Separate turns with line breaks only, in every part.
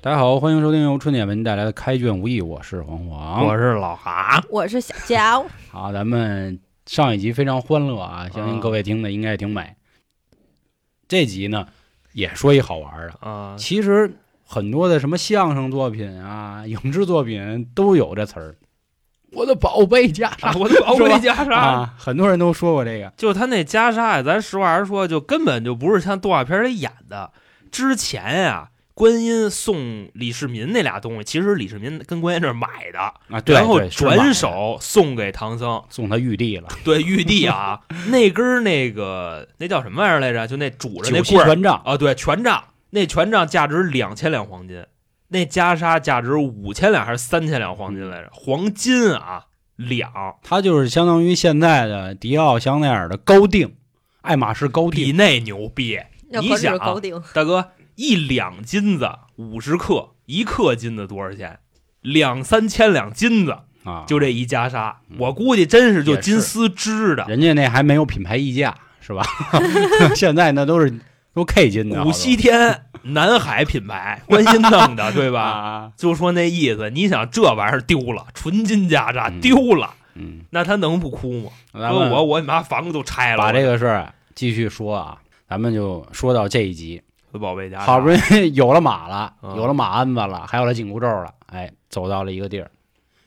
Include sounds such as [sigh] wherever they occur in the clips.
大家好，欢迎收听由春点为您带来的《开卷无益》，我是黄
我
黄。
是老哈，
我是小娇，
好，咱们上一集非常欢乐啊，相信各位听的应该也挺美。这集呢，也说一好玩的。
啊，
其实很多的什么相声作品啊、影视作品都有这词儿，“我的宝贝袈裟
我的宝贝袈”裟，
啊，很多人都说过这个。
就他那袈裟呀，咱实话实说，就根本就不是像动画片里演的。之前呀、观音送李世民那俩东西，其实李世民跟观音这儿买的，
啊，对
然后
对是买
转
的
手送给唐僧，
送他玉帝了，
对玉帝
[laughs]
啊，那根儿那个那叫什么玩意儿来着？就那拄着
九
那棍
溪
儿
权杖，
啊，对，权杖，那权杖价值两千两黄金，那袈裟价值五千两还是三千两黄金来着？黄金啊，两
他就是相当于现在的迪奥、香奈儿的高定，爱马仕高定
比。那牛逼！
那
你
何止
想
是
啊
高定？
大哥，一两金子五十克，一克金子多少钱？两三千两金子，
啊，
就这一袈裟
嗯，
我估计真是就
也是
金丝织的，
人家那还没有品牌溢价是吧？ [laughs] 现在那都是都 K 金的，
古西天南海品牌，观音弄的，对吧？
吧？
就说那意思，你想这玩意儿丢了，纯金袈
嗯
裟丢了，
嗯，
那他能不哭吗？
咱
说
们
我我你妈房子都拆了，
把这
我
个事儿继续说啊，咱们就说到这一集，
我的宝贝袈裟，
好不容易 [laughs] 有了马了，
嗯
有了马鞍子了，还有了紧箍咒了，哎，走到了一个地儿，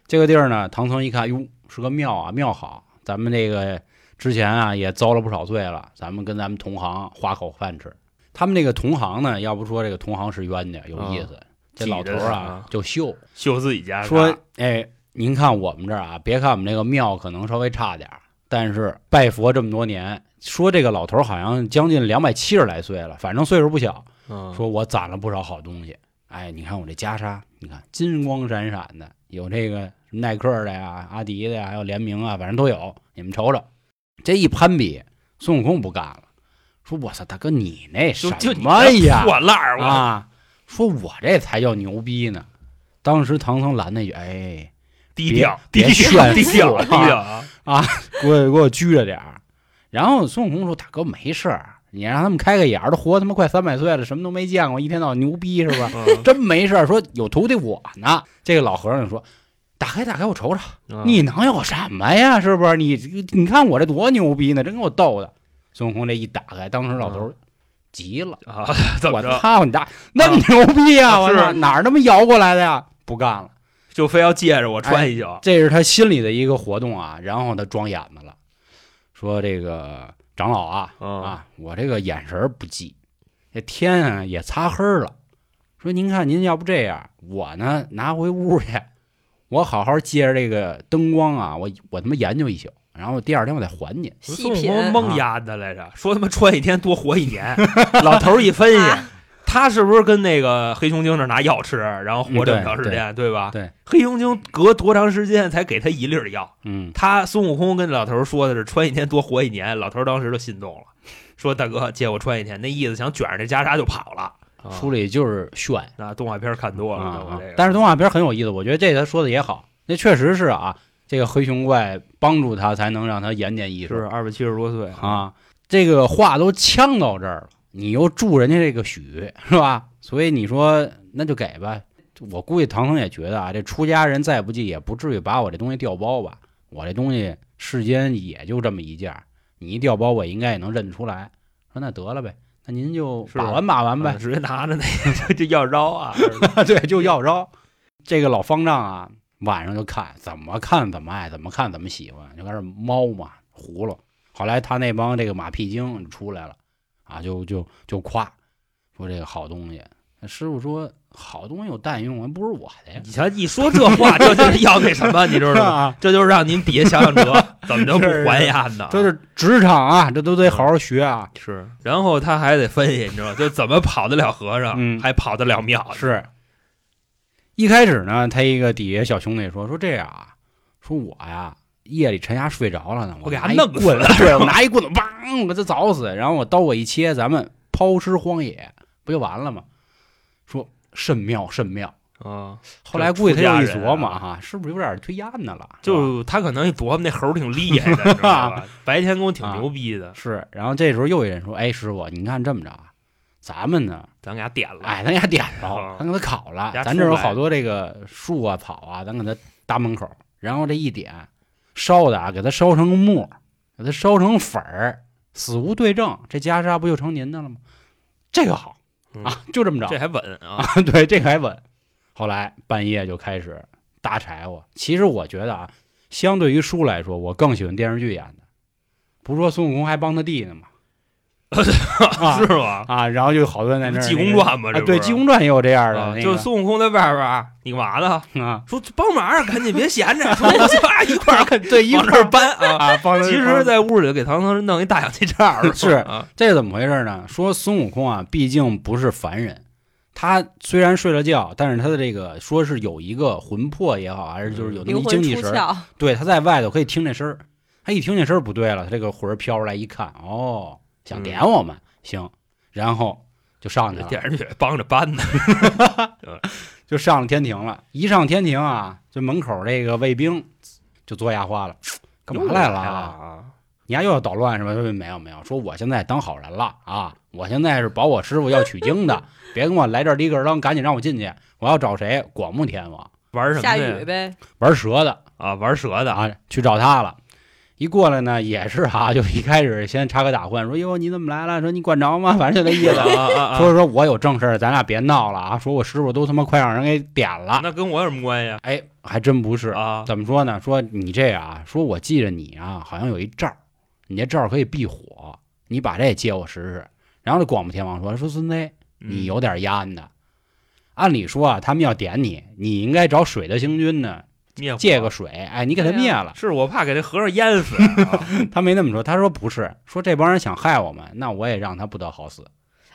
这个地儿呢，唐僧一看，哟，是个庙啊，庙好，咱们这个之前啊也遭了不少罪了，咱们跟咱们同行划口饭吃。他们这个同行呢，要不说这个同行是冤家，有意思。这老头
挤
儿
着
啊
他
就秀，
修自己袈裟，
说，哎，您看我们这儿啊，别看我们这个庙可能稍微差点儿，但是拜佛这么多年，说这个老头儿好像将近两百七十来岁了，反正岁数不小。
嗯
说我攒了不少好东西，哎，你看我这袈裟，你看金光闪闪的，有这个什么耐克的呀、阿迪的呀，还有联名啊，反正都有。你们瞅瞅，这一攀比，孙悟空不干了，说我操，大哥你那什
就就你
么呀？
破烂儿，我
啊，说我这才叫牛逼呢。当时唐僧拦那句：“哎，
低调，低
别
调，
炫
低
富
调，
啊
低调啊！
给我给我拘着点儿。”然后孙悟空说：“大哥，没事儿，你让他们开开眼儿，都活他妈快三百岁了，什么都没见过，一天到晚牛逼是
[laughs]
吧？
嗯
真没事儿。说有徒弟我呢。”这个老和尚就说：“打开，打开，我瞅瞅，
啊
你能有什么呀？是不是？你你看我这多牛逼呢，真给我逗的。”孙悟空这一打开，当时老头儿急了。
啊， [laughs] 怎么
我
着
操你大，那么牛逼啊！
啊
我
是
操，哪儿那么摇过来的呀？不干了，
就非要借着我穿一宿？
这是他心里的一个活动啊。然后他装眼子了，说这个长老啊
嗯
啊，我这个眼神儿不济，这天啊也擦黑儿了。说您看，您要不这样，我呢拿回屋去，我好好借着这个灯光啊，我我他妈研究一宿，然后第二天我再还你。
孙悟
细品啊
空
啊
蒙丫的来着，说他妈穿一天多活一年。 [laughs] 老头儿一分析
啊，
他是不是跟那个黑熊精那儿拿药吃，然后活这么长时间，对吧？
嗯对，
黑熊精隔多长时间才给他一粒儿药？
嗯，
他孙悟空跟老头儿说的是穿一天多活一年，老头儿当时就心动了，说大哥借我穿一天，那意思想卷着这袈裟就跑了。啊
书里嗯就是炫。
那动画片儿看多了，
啊
我
啊
这个。
但是动画片很有意思，我觉得这他说的也好，那确实是啊，这个黑熊怪帮助他才能让他延年益寿
是二百七十多岁，
啊。这个话都呛到这儿了，你又助人家这个许是吧？所以你说那就给吧。我估计唐僧也觉得啊，这出家人再不济也不至于把我这东西调包吧？我这东西世间也就这么一件儿，你一调包我应该也能认出来。说那得了呗，那您就是把玩把玩呗
嗯，直接拿着那个 [laughs] 这要招啊，
[laughs] 对，就要招。这个老方丈啊，晚上就看，怎么看怎么爱，怎么看怎么喜欢，就开始猫嘛葫芦。后来他那帮这个马屁精出来了，啊，就就就夸说这个好东西。师傅说好东西有蛋用，还不是我的呀 [laughs] 啊
你，瞧一说这话，这就是要那什么，你知道
是 [laughs]
吗？
吧？
这就是让您底下想想
[laughs]
辙，怎么就不还牙呢？
这是职场啊，这都得好好学啊。
是，然后他还得分析，你知道吗，就怎么跑得了和
嗯
尚，还跑得了庙？
是。一开始呢，他一个底下小兄弟说说这样啊，说我呀夜里沉下睡着了呢，
我给
拿
他
一
弄死
棍
了
子，对，我拿一棍子，梆，我给他凿死，然后我刀我一切，咱们抛尸荒野，不就完了吗？说甚妙甚妙。
啊，
后来估计他又一琢磨
这出家人啊
哈、是不是有点推烟的了？是吧
就他可能一琢磨，那猴儿挺厉害的，你知
[laughs]
道吧？白天跟我挺
啊
牛逼的，
是，然后这时候又有人说：“哎，师傅，你看这么着啊，咱们呢，
咱给他点了，
哎，咱给他点
啊
着，咱给他烤了
给他，
咱这
出
有
来
好多这个树啊、草啊，咱给它搭门口，然后这一点烧的啊，给它烧成沫，给它烧成粉儿，死无对证，这袈裟不就成您的了吗？这个好啊，就这么着
嗯这，还稳啊，
啊，对，这个还稳。后来半夜就开始搭柴火。其实我觉得啊，相对于书来说，我更喜欢电视剧演的。不是说孙悟空还帮他弟呢
[laughs]
吗？啊
是吗？
啊，然后就有好多人在那儿
济
那
公
个
传嘛，
啊，
这不
对，
是
《济公传》也有这样的，
啊
那个、
就是孙悟空在外边啊，你干嘛呢？
啊，
[laughs] 说帮忙，赶紧别闲
[laughs]
着， [laughs] 说啪一块儿
对，一 [laughs]
往
块
这
儿
儿搬啊。
啊，帮他
[laughs] 其实，在屋里给唐僧弄一大氧气罩儿，
[laughs] 是
啊
这怎么回事呢？说孙悟空啊，毕竟不是凡人，他虽然睡了觉，但是他的这个说是有一个魂魄也好，还是就是有那么
灵
一
魂
精气
出
神儿，
窍，
对，他在外头可以听这声儿，他一听这声儿不对了，他这个魂儿飘出来一看，哦，想点我们，行，然后就上去
这
了，
电视剧帮着搬的，
就上了天庭了。一上天庭啊，这门口这个卫兵就做牙花了，干嘛来了啊？
啊？
你丫又要捣乱是吧？ [laughs] 说没有没有，说我现在当好人了啊，我现在是保我师傅要取经的， [laughs] 别跟我来这儿立个当，赶紧让我进去，我要找谁？广目天王
玩什
下
么
雨
呀？
呗，
玩蛇的，
啊，玩蛇的，
啊，去找他了。一过来呢，也是 [laughs] 哈、就一开始先插科打诨，说哟你怎么来了？说你管着吗？反 [laughs] 正就这意思。
啊
[laughs]
啊啊！
说说我有正事儿，咱俩别闹了啊！说我师傅都他妈快让人给点了。
那跟我有什么关系啊
哎，还真不是。
啊？
怎么说呢？说你这啊，说我记着你啊，好像有一罩儿，你这罩儿可以避火，你把这借我试试。然后这广目天王说说孙子，
嗯
你有点烟的。按理说啊，他们要点你，你应该找水的星君呢，
灭火
借个水，哎，你给他
对啊
灭了。
是我怕给这和尚淹死啊
他没那么说，他说不是，说这帮人想害我们，那我也让他不得好死。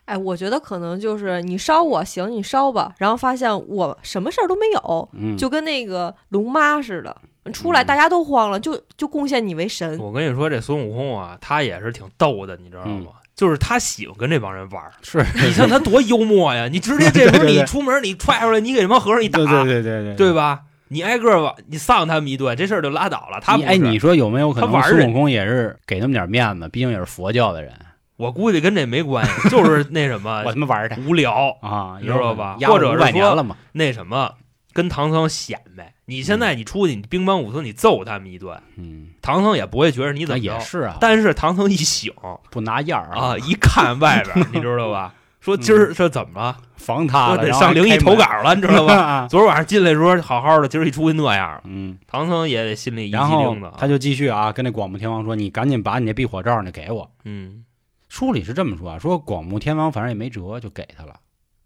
哎，我觉得可能就是你烧我行，你烧吧，然后发现我什么事儿都没有，
嗯，
就跟那个龙妈似的，出来
嗯
大家都慌了，就就贡献你为神。
我跟你说，这孙悟空啊，他也是挺逗的，你知道吗？就是他喜欢跟这帮人玩儿，
嗯是，
你看他多幽默呀！你直接
[laughs]
这
对
不
对
是
对
你出门你踹出来，你给这帮和尚一打，
对对对对对
对？吧？你挨个吧，你丧他们一顿，这事儿就拉倒了。他
你
不
哎，
是
你说有没有可
他
能
玩儿
孙
人
悟空也是给那么点面子？毕竟也是佛教的人，
我估计跟这没关系，就是那什么
我他妈玩儿他
无聊，
啊，
哎你知道吧
有可能压
或者
五
是
百年
说
了嘛，
那什么跟唐僧显摆。你现在你出去，你兵帮五次，你揍他们一顿，
嗯，
唐僧也不会觉得你怎
那
么
也
着。
是啊，
但是唐僧一醒
不拿样儿
啊，，一看外边儿，你知
[laughs]
道吧？说今儿这怎么了？
防他
说
了，嗯
得
啊然后
上灵异
还开
投
门
稿，了，
[laughs]
你知道吧？
啊
昨儿晚上进来的时候好好的，今儿一出去那样儿，
嗯，
唐僧也得心里一激
然后
灵的啊。
他就继续啊，跟那广目天王说：“你赶紧把你那避火罩儿那给我。”
嗯，
书里是这么说啊，说广目天王反正也没辙，就给他了。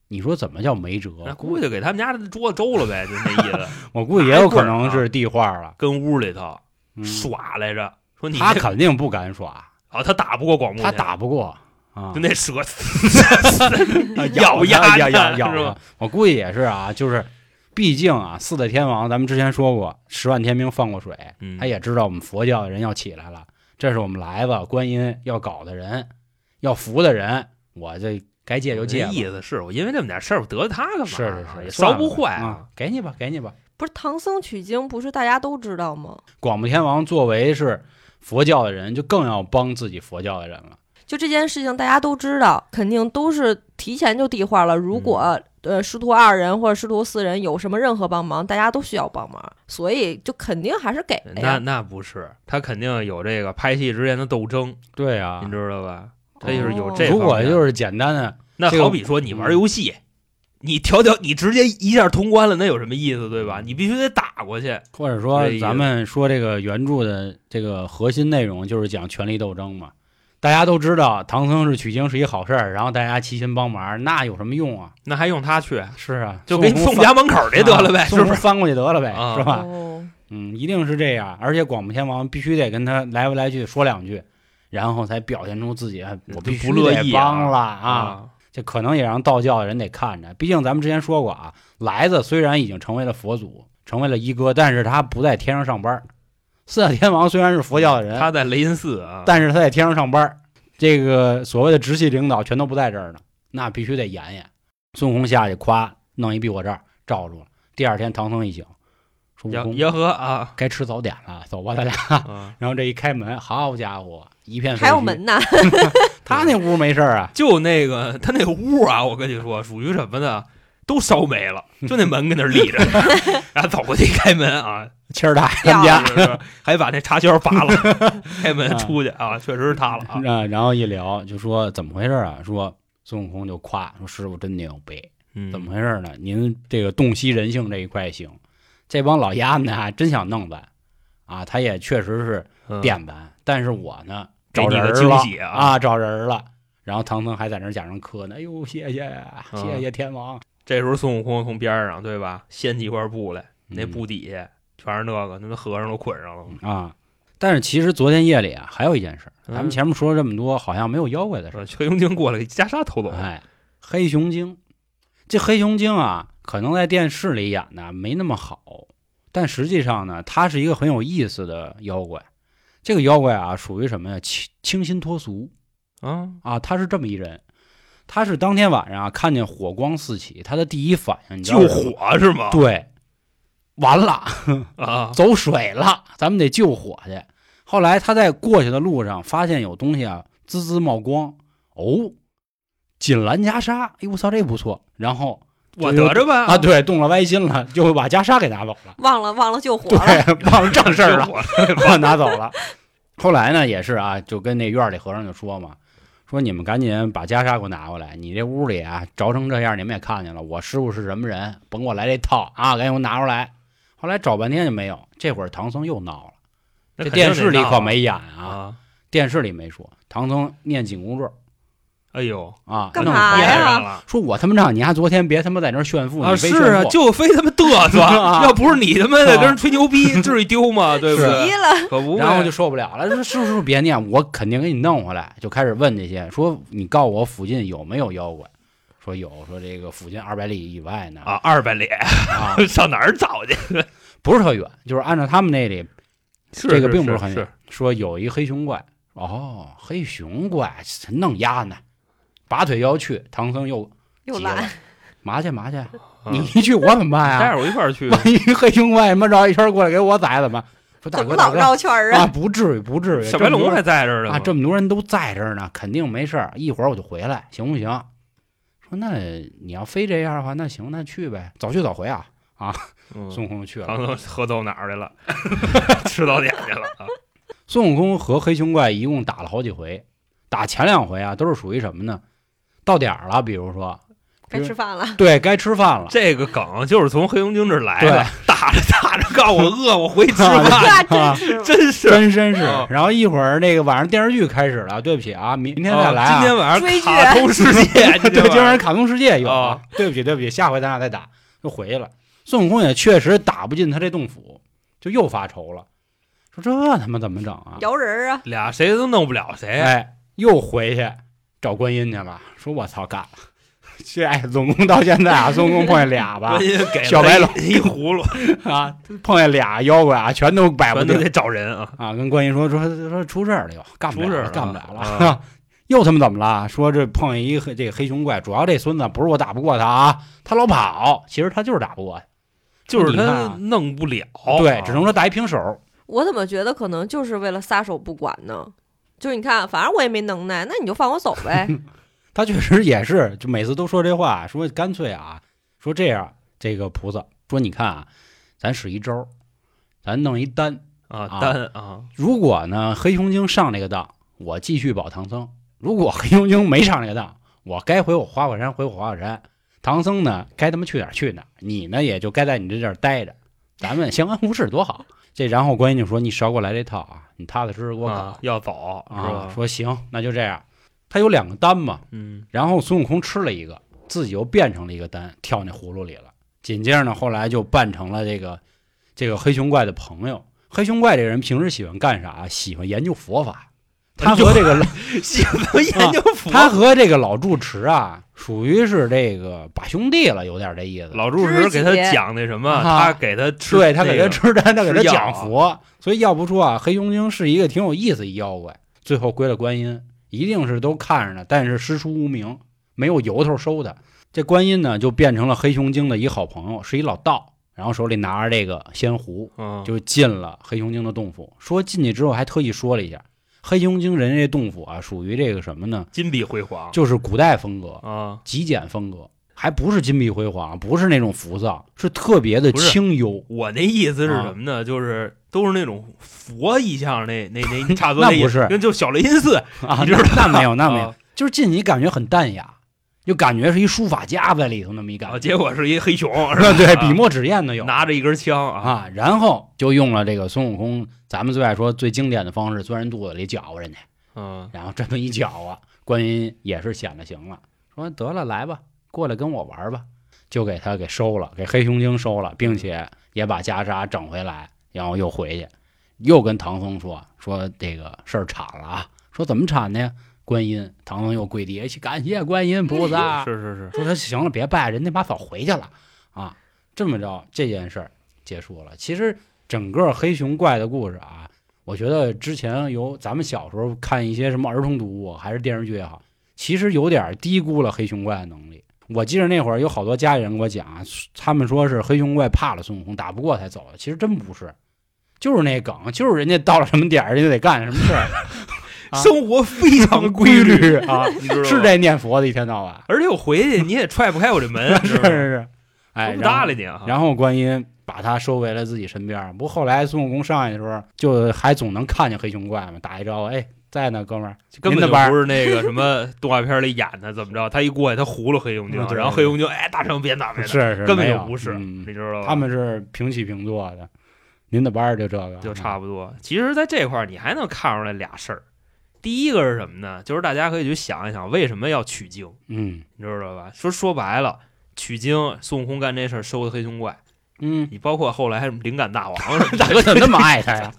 你说怎么叫没辙？
那估计给他们家的桌子周了呗，就那意思。
[laughs] 我估计也有可能是地画了，
跟屋里头
嗯
耍来着，说你
他
这
肯定不敢 [laughs] 耍，
啊，他打不过广目，
他打不过啊 [laughs]
就，那蛇
咬
咬牙
咬咬
呢
咬
是吧
他。我估计也是啊，就是，毕竟啊，四大天王咱们之前说过，十万天兵放过水，
嗯
他也知道我们佛教的人要起来了，这是我们来吧，观音要搞的人，要服的人，我这该戒就戒
那
吧。
意思是我因为这么点事儿，我得罪他干嘛？
是是是，
也
算
烧
了
不
吧
坏
啊。，给你吧，给你吧。
不是唐僧取经，不是大家都知道吗？
广目天王作为是佛教的人，就更要帮自己佛教的人了。
就这件事情，大家都知道，肯定都是提前就递话了。
嗯
如果、呃师徒二人或者师徒四人有什么任何帮忙，大家都需要帮忙，所以就肯定还是给
哎
的
那
呀。
那不是，他肯定有这个拍戏之间的斗争，
对啊
你知道吧？他就是有
哦
这
如
方面。
果就是简单的，
那
这个嗯
好比说你玩游戏，你调调，你直接一下通关了，那有什么意思，对吧？
嗯
你必须得打过去。
或者说
这意思
咱们说这个原著的这个核心内容就是讲权力斗争嘛。大家都知道唐僧是取经是一好事儿，然后大家齐心帮忙，那有什么用啊？
那还用他去？
是啊，
就给你
孙悟
送
空
家门口
翻
这得了呗，
啊
是
孙悟
不
空
是？
翻过去得了呗，
啊
是吧？
哦，
嗯，一定是这样。而且广目天王必须得跟他来回来去说两句，然后才表现出自己哎我
就
必须
不乐
得
意啊
帮了啊。，这可能也让道教的人得看着。毕竟咱们之前说过啊，来子虽然已经成为了佛祖，成为了一哥，但是他不在天上上班。四大天王虽然是佛教的人，
他在雷音寺啊，
但是他在天上上班。这个所谓的直系领导全都不在这儿呢，那必须得严严。孙悟空下去，夸弄一避火罩罩住了。第二天唐僧一醒，说悟
耶
空
耶和啊，
该吃早点了，走吧大家。
啊
然后这一开门，好家伙，一片废墟
还有门呢，
他那屋没事儿啊，
就那个 [laughs] 他那屋啊，我跟你说，属于什么呢？都烧没
[laughs]
了，就那门跟那儿立着，然后走过去一开门啊，
气儿大他们家。
是
[laughs]
不是还把那插销拔了，开门
啊
出去啊，确实是他了啊。
啊，然后一聊就说怎么回事儿啊？说孙悟空就夸说师傅真牛逼，
嗯
怎么回事儿呢？您这个洞悉人性这一块行，这帮老鸭子呢还真想弄咱，啊，他也确实是
嗯
电咱，但是我呢
给
找
你
人
个
儿
惊
了
喜啊
啊，找人儿了。然后唐僧还在那儿假装磕呢，哎呦，谢谢呀，
嗯
谢谢天王。
这时候孙悟空从边上对吧，掀起一块布来，那
嗯
布底下全是那个，那都和尚都捆上了嘛。
啊，但是其实昨天夜里啊，还有一件事儿，
嗯
咱们前面说了这么多，好像没有妖怪的事儿。
说黑熊精过来给袈裟偷走了，
哎，黑熊精，这黑熊精啊，可能在电视里演的没那么好，但实际上呢，它是一个很有意思的妖怪。这个妖怪啊，属于什么呀？清清新脱俗
啊，
啊，他是这么一人。他是当天晚上啊，看见火光四起，他的第一反应，你知道
救
是什么，
火是吗？
对，完了，
啊，
走水了，咱们得救火去。后来他在过去的路上发现有东西啊，滋滋冒光，哦，锦兰袈裟，哎呦我操，这不错。然后
我得着吧
啊，，对，动了歪心了，就把袈裟给拿走了，
忘了忘了救火了，
对，忘了正事儿
救
了，
火
[laughs] 把拿走了。后来呢，也是啊，就跟那院里和尚就说嘛，说你们赶紧把袈裟给我拿过来，你这屋里啊着成这样，你们也看见了，我师傅是什么人，甭给我来这套啊，赶紧给我拿出来。后来找半天就没有，这会儿唐僧又闹了。
那
这
肯定
电视里
得闹
可没演
啊
啊，电视里没说。唐僧念紧箍咒
哎呦，
啊，
干
弄
嘛
坏
演
哎呀
了
上了。
说我他妈让你丫昨天别他妈在那儿炫富，
啊，
你非
是
炫
啊，
富
就非他妈嘚
[laughs]
瑟，
啊啊
要不是你他妈的跟人吹牛逼，至于丢吗？对不
急
对？
了，
可不呗，
然后就受不了了，说师傅师傅别念，我肯定给你弄回来。就开始问这些，说你告诉我附近有没有妖怪？说有，说这个附近二百里以外呢
啊，二百里
啊
上哪儿找去？
不是特远，就是按照他们那里
是
这个并
是
不很
是
远。说有一黑熊怪，哦，黑熊怪弄鸭呢，拔腿要去，唐僧又
又
急了
来，
麻去麻去，
啊
你一去我怎么办呀？
带
[laughs]
着我一块儿去
万一黑熊怪他妈绕一圈过来给我宰怎么？说大
怎么
哥大
老
哥
绕圈儿
啊，
啊？
不至于不至于，
小白龙还
这
在这儿
么多人啊，
呢
这么多人都在这儿呢，肯定没事儿，一会儿我就回来，行不行？说那你要非这样的话，那行，那去呗，早去早回啊。
嗯
孙悟空就去了。
唐僧喝到哪儿去了？ [laughs] 吃早点去了啊！
孙悟空和黑熊怪一共打了好几回，打前两回啊，都是属于什么呢？到点儿了，比如说，
该吃饭
[laughs]
了，
对该吃饭了，
这个梗就是从黑熊精这儿来
对啊
的，打着打着告诉我饿，我回去吃饭，
[laughs]
那 [laughs] 真是
真是。
真真是
啊。
然后一会儿那个晚上电视剧开始了，对不起啊，明天再来
啊
啊。
今天晚
追
上
剧
卡通世界，
[laughs] 对，今晚
晚
上卡通世界有
啊
啊。对不起，对不起，下回咱俩再打，又回去了。孙悟空也确实打不进他这洞府，就又发愁了，说这他妈怎么整啊？
摇人儿啊，
俩谁都弄不了谁，啊
哎，又回去找观音去了，说我操，干了！ [laughs] 这哎，总共到现在啊，孙悟空碰见俩吧 [laughs]
关，键给了
小白龙
他 [laughs] 一一葫芦，
啊，碰见俩妖怪啊，全都摆不
全都
定
得找人啊。
啊。跟观音说说说出事儿了又，干不
出事
了
儿
了，
了
干不了了。
啊
[laughs] 又他妈怎么了？说这碰见一黑这黑熊怪，主要这孙子不是我打不过他啊，他老跑，其实他就是打不过他。
就是
你看
他
啊
弄不了，
对，只能说打一平手。
我怎么觉得可能就是为了撒手不管呢？就是你看，反正我也没能耐，那你就放我走
[laughs]
呗。
他确实也是，就每次都说这话，说干脆啊，说这样，这个菩萨说，你看啊，咱使一招儿，咱弄一单。
啊
啊
单啊，
如果呢黑熊精上这个当，我继续保唐僧；如果黑熊精没上这个当，我该回我花果山回我花果山。唐僧呢，该他妈去哪儿去哪儿，你呢也就该在你这地儿待着，咱们相安无事多好。这然后观音就说：“你少给我来这套啊，你踏踏实实给我搞
啊要走是
啊。”
吧？
说行，那就这样。他有两个单嘛，
嗯，
然后孙悟空吃了一个，自己又变成了一个丹，跳那葫芦里了。紧接着呢，后来就扮成了这个这个黑熊怪的朋友。黑熊怪这人平时喜欢干啥？喜欢研究佛法。他和这个老
喜欢 [laughs] 研究佛，
嗯啊他和这个老住持啊，属于是这个把兄弟了，有点这意思。
老住持给他
知己
讲那什么，
啊
他给他吃那
对
个，
他给他吃丹，他给他
吃药啊
讲佛，所以要不说啊，黑熊精是一个挺有意思一妖怪。最后归了观音，一定是都看着呢，但是师出无名，没有由头收他。这观音呢，就变成了黑熊精的一好朋友，是一老道，然后手里拿着这个仙壶，
嗯，
就进了黑熊精的洞府。说进去之后还特意说了一下，黑熊精人这洞府啊，属于这个什么呢？
金碧辉煌
就是古代风格，
啊，
极简风格，还不是金碧辉煌，不是那种浮躁，是特别的
不是
清幽。
我那意思是
啊
什么呢？就是都是那种佛意象，那那
[laughs]
那差不多
那不
意思
是
就就小雷音寺， [laughs]
啊，
你知道
那那没 [laughs] 有，那没有，
啊
就是进去感觉很淡雅，就感觉是一书法家在里头那么一感
啊，
觉。
结果是一
[laughs]
黑熊，是吧？
啊对笔
啊
墨纸砚的有
拿着一根枪啊，
啊，然后就用了这个孙悟空咱们最爱说最经典的方式，钻人肚子里搅和人家，
嗯，
然后这么一搅和，观音也是显了形了，说得了，来吧，过来跟我玩吧，就给他给收了，给黑熊精收了，并且也把袈裟整回来，然后又回去，又跟唐僧说说这个事儿铲了啊，说怎么铲的呀？观音，唐僧又跪地，哎感谢观音菩萨，
是是是，
说他行了，别拜，人家妈早回去了啊。这么着，这件事儿结束了。其实整个黑熊怪的故事啊，我觉得之前由咱们小时候看一些什么儿童读物还是电视剧也好，其实有点低估了黑熊怪的能力。我记得那会儿有好多家里人跟我讲啊，他们说是黑熊怪怕了孙悟空，打不过才走的。其实真不是，就是那梗，就是人家到了什么点儿，人家得干什么事 [laughs] 儿，啊
生活非常
规
律，
律啊，
你知道吗
是这念佛的，一天到晚。
而且我回去你也踹不开我这门，
[laughs] 是
是
是是，哎，
不
然后
搭理你啊。
然后观音把他收回了自己身边儿。不，后来孙悟空上去的时候，就还总能看见黑熊怪嘛，打一招呼，哎，在呢，哥们儿，
根
您
本
的
就
班
不
儿
是那个什么动画片里演的，怎么着？他一过去，他糊了黑熊精
嗯，对
然后黑熊精哎，大圣别打别打，
是是，
根本
没
就
有
不是，
嗯
你知道吧？
他们是平起平坐的。您的班儿就这个，
就差不多。其实，在这块儿你还能看出来俩事儿。第一个是什么呢？就是大家可以去想一想，为什么要取经，
嗯
你知道吧？说说白了，取经，孙悟空干这事儿收的黑熊怪，
嗯，
你包括后来还有什么灵感大王什么的，
大哥怎么那么爱他呀？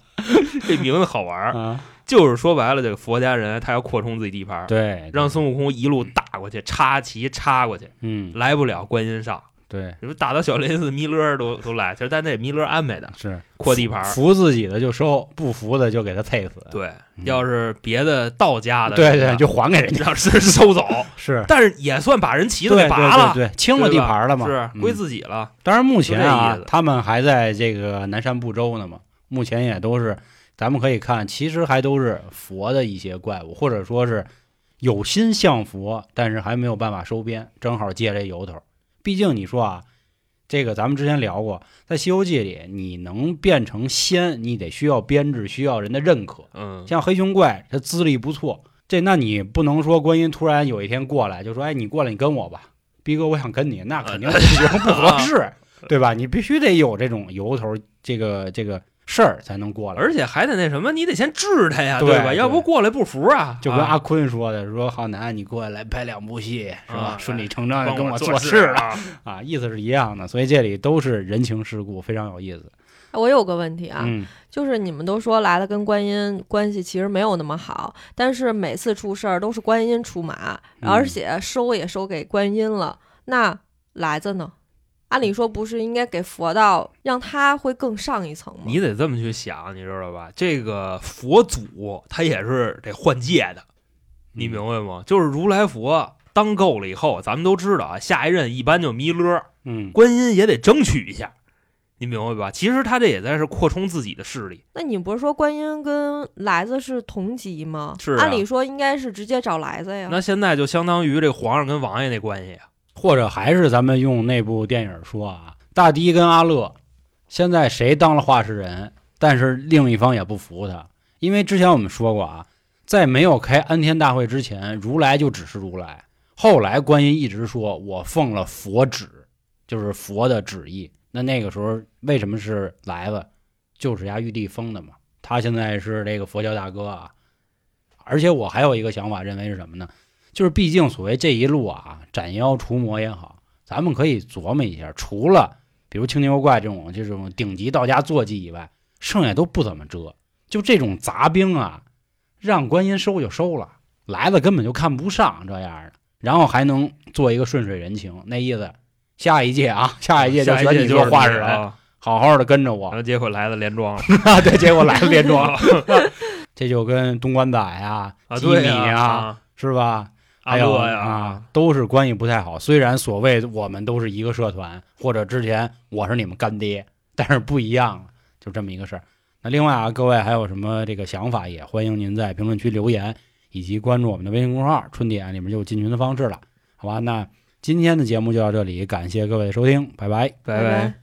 这名字好
[laughs]
玩儿，
啊，
就是说白了，这个佛家人他要扩充自己地盘儿，
对，
让孙悟空一路打过去，插旗插过去，
嗯
来不了观音上，
对
你说打到小雷子弥勒儿都都来，其实但那也弥勒安排的
是
扩地盘儿，
服自己的就收，不服的就给他啐死。
对，
嗯
要是别的道家的，啊
对对，就还给人家
让是收走，
是。
但是也算把人旗子
对
给
对
拔了，
对对，清了
对
地
吧
盘儿了嘛，
是
嗯
归自己了。
当然，目前
就这
啊
意思，
他们还在这个南山部洲呢嘛。目前也都是，咱们可以看，其实还都是佛的一些怪物，或者说是有心向佛，但是还没有办法收编，正好借这由头。毕竟你说啊，这个咱们之前聊过，在《西游记》里，你能变成仙，你得需要编制，需要人的认可。
嗯，
像黑熊怪，他资历不错，这那你不能说观音突然有一天过来就说，哎，你过来，你跟我吧，逼哥，我想跟你，那肯定不行，不
啊
合适， [laughs] 对吧？你必须得有这种由头，这个这个事儿才能过来。
而且还得那什么，你得先治他呀，
对
吧？
对
要不过来不服啊，
就跟
啊
阿坤说的，说浩南，你过来来拍两部戏，是吧？
啊
顺理成章的
帮
跟
我
做
事
了
啊。
啊，意思是一样的，所以这里都是人情世故，非常有意思。
我有个问题啊，
嗯，
就是你们都说来了跟观音关系其实没有那么好，但是每次出事儿都是观音出马，
嗯
而且收也收给观音了，那来子呢？按理说不是应该给佛道，让他会更上一层吗？
你得这么去想，你知道吧？这个佛祖他也是得换届的，你明白吗？就是如来佛当够了以后，咱们都知道啊，下一任一般就弥勒，
嗯，
观音也得争取一下，你明白吧？其实他这也在是扩充自己的势力。
那你不是说观音跟来子是同级吗？
是啊
按理说应该是直接找来子呀。
那现在就相当于这皇上跟王爷那关系啊，
或者还是咱们用那部电影说啊，大堤跟阿乐，现在谁当了话事人，但是另一方也不服他，因为之前我们说过啊，在没有开安天大会之前，如来就只是如来，后来观音一直说我奉了佛旨，就是佛的旨意。那那个时候为什么是来了，就是家玉帝封的嘛，他现在是这个佛教大哥啊。而且我还有一个想法，认为是什么呢？就是毕竟所谓这一路啊，斩妖除魔也好，咱们可以琢磨一下，除了比如青牛怪这种这种顶级道家坐骑以外，剩下都不怎么遮。就这种杂兵啊，让观音收就收了，来了根本就看不上这样的，然后还能做一个顺水人情，那意思，下一届啊，下一届就
下一
选
届
你
就
做
是
话事
你
人，
啊。
好好的跟着
然
我。
后结果来了
[laughs]
连庄了
啊，对，结果来了连庄了， [laughs] 这就跟东关仔呀、
啊，
吉米
对呀，啊
是吧？
阿
还有
乐呀，
啊，都是关系不太好。虽然所谓我们都是一个 [laughs] 社团，或者之前我是你们干爹，但是不一样了，就这么一个事儿。那另外啊，各位还有什么这个想法，也欢迎您在评论区留言，以及关注我们的微信公众号“春点”，里面就有进群的方式了，好吧？那今天的节目就到这里，感谢各位的收听，拜拜。
拜拜。